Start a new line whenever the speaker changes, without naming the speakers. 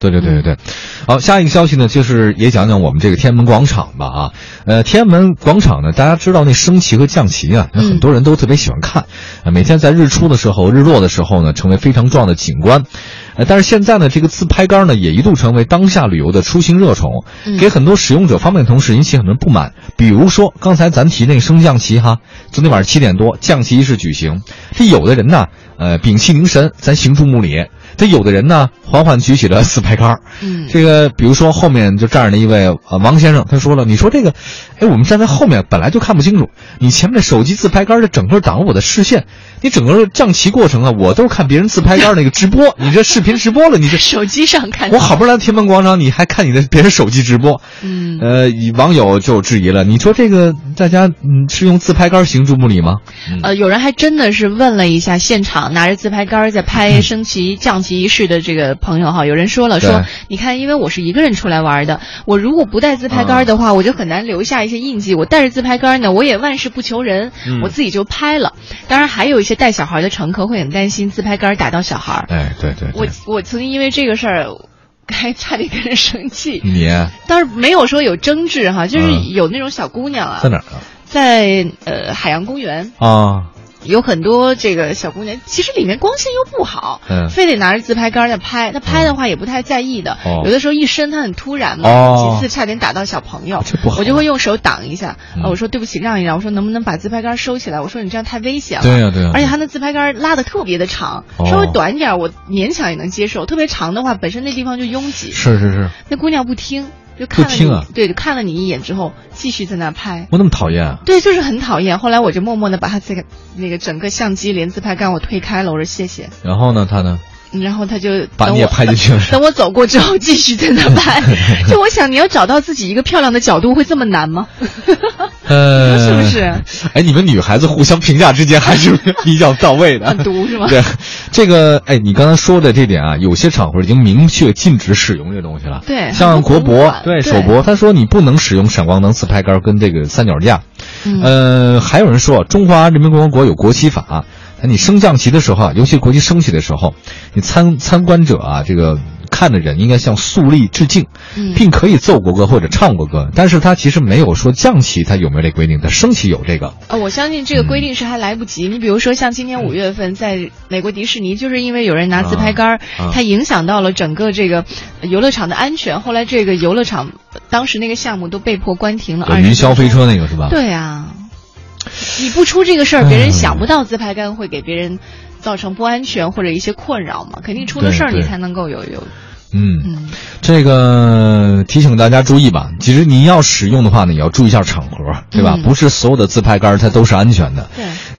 对对对对对，好，下一个消息呢，就是也讲讲我们这个天安门广场吧啊，呃，天安门广场呢，大家知道那升旗和降旗啊，那
嗯
很多人都特别喜欢看，呃每天在日出的时候、日落的时候呢，成为非常重要的景观，呃，但是现在呢，这个自拍杆呢，也一度成为当下旅游的出行热宠，
嗯
给很多使用者方便的同时，引起很多人不满。比如说刚才咱提那个升降旗哈，昨天晚上七点多降旗仪式举行，这有的人呢，呃，屏气凝神，咱行注目礼。这有的人呢，缓缓举起了自拍杆儿。
嗯
这个比如说后面就站着一位呃王先生，他说了，你说这个，哎，我们站在后面本来就看不清楚，你前面的手机自拍杆儿的整个挡了我的视线，你整个降旗过程啊，我都是看别人自拍杆儿那个直播，你这视频直播了， 你这
手机上看到
我好不容易来天安门广场，你还看你的别人手机直播，
嗯
呃，以网友就质疑了，你说这个大家嗯是用自拍杆儿行注目礼吗？
呃，有人还真的是问了一下现场拿着自拍杆儿在拍升旗、降旗仪式的这个朋友哈，有人说了说
嗯对，
你看，因为我是一个人出来玩儿的，我如果不带自拍杆儿的
嗯
话，我就很难留下一些印记。我带着自拍杆儿呢，我也万事不求人，
嗯
我自己就拍了。当然，还有一些带小孩儿的乘客会很担心自拍杆儿打到小孩儿。
哎，对对
我
对，
我曾经因为这个事儿，还差点跟人生气，
你啊
但是没有说有争执哈，就是
嗯
有那种小姑娘啊
在，哪儿啊？
在呃海洋公园。
啊，
有很多这个小姑娘，其实里面光线又不好，
嗯
非得拿着自拍杆儿在拍。她拍的话也不太在意的，
哦
有的时候一伸她很突然嘛，
哦
几次差点打到小朋友，
这不好
我就会用手挡一下。
嗯
啊，我说对不起，让一让。我说能不能把自拍杆儿收起来？我说你这样太危险了。啊
对啊呀对哎呀，
而且他那自拍杆儿拉的特别的长，
哦
稍微短一点儿我勉强也能接受，特别长的话本身那地方就拥挤。
是是是，
那姑娘不听，就看了
不
你，
听啊
对，就看了你一眼之后继续在那儿拍。
我那么讨厌啊。
对，就是很讨厌。后来我就默默的把他这个那个整个相机连自拍杆我推开了，我说谢谢。
然后呢，他呢，
嗯然后他就
把
等
你也
我
拍进去了。
等我走过之后，继续在那拍。就我想，你要找到自己一个漂亮的角度，会这么难 吗？
呃，
是不是？
哎，你们女孩子互相评价之间还是比较到位的，
很毒是吗
对，这个哎，你刚才说的这点啊，有些场合已经明确禁止使用这东西了。
对
像国
很多博物
博
馆
对
对
首博，他说你不能使用闪光灯、自拍杆跟这个三脚架。
嗯
呃，还有人说中华人民共和国有国旗法，你升降旗的时候啊，尤其国旗升起的时候，你参参观者啊，这个看的人应该向肃立致敬，
嗯
并可以奏国歌或者唱国歌，但是他其实没有说降旗它有没有这规定，它升旗有这个。
呃，我相信这个规定是还来不及。你比如说，像今年五月份在美国迪士尼，就是因为有人拿自拍杆儿
啊啊，
它影响到了整个这个游乐场的安全。后来这个游乐场当时那个项目都被迫关停了
对
20
呃云霄
分
飞
钟
车那个是吧？。
对啊，你不出这个事儿，别人想不到自拍杆会给别人造成不安全或者一些困扰嘛。肯定出了事儿，
对对
你才能够有有
嗯，
嗯
这个提醒大家注意吧。其实您要使用的话呢，也要注意一下场合，对吧？
嗯
不是所有的自拍杆它都是安全的。
对。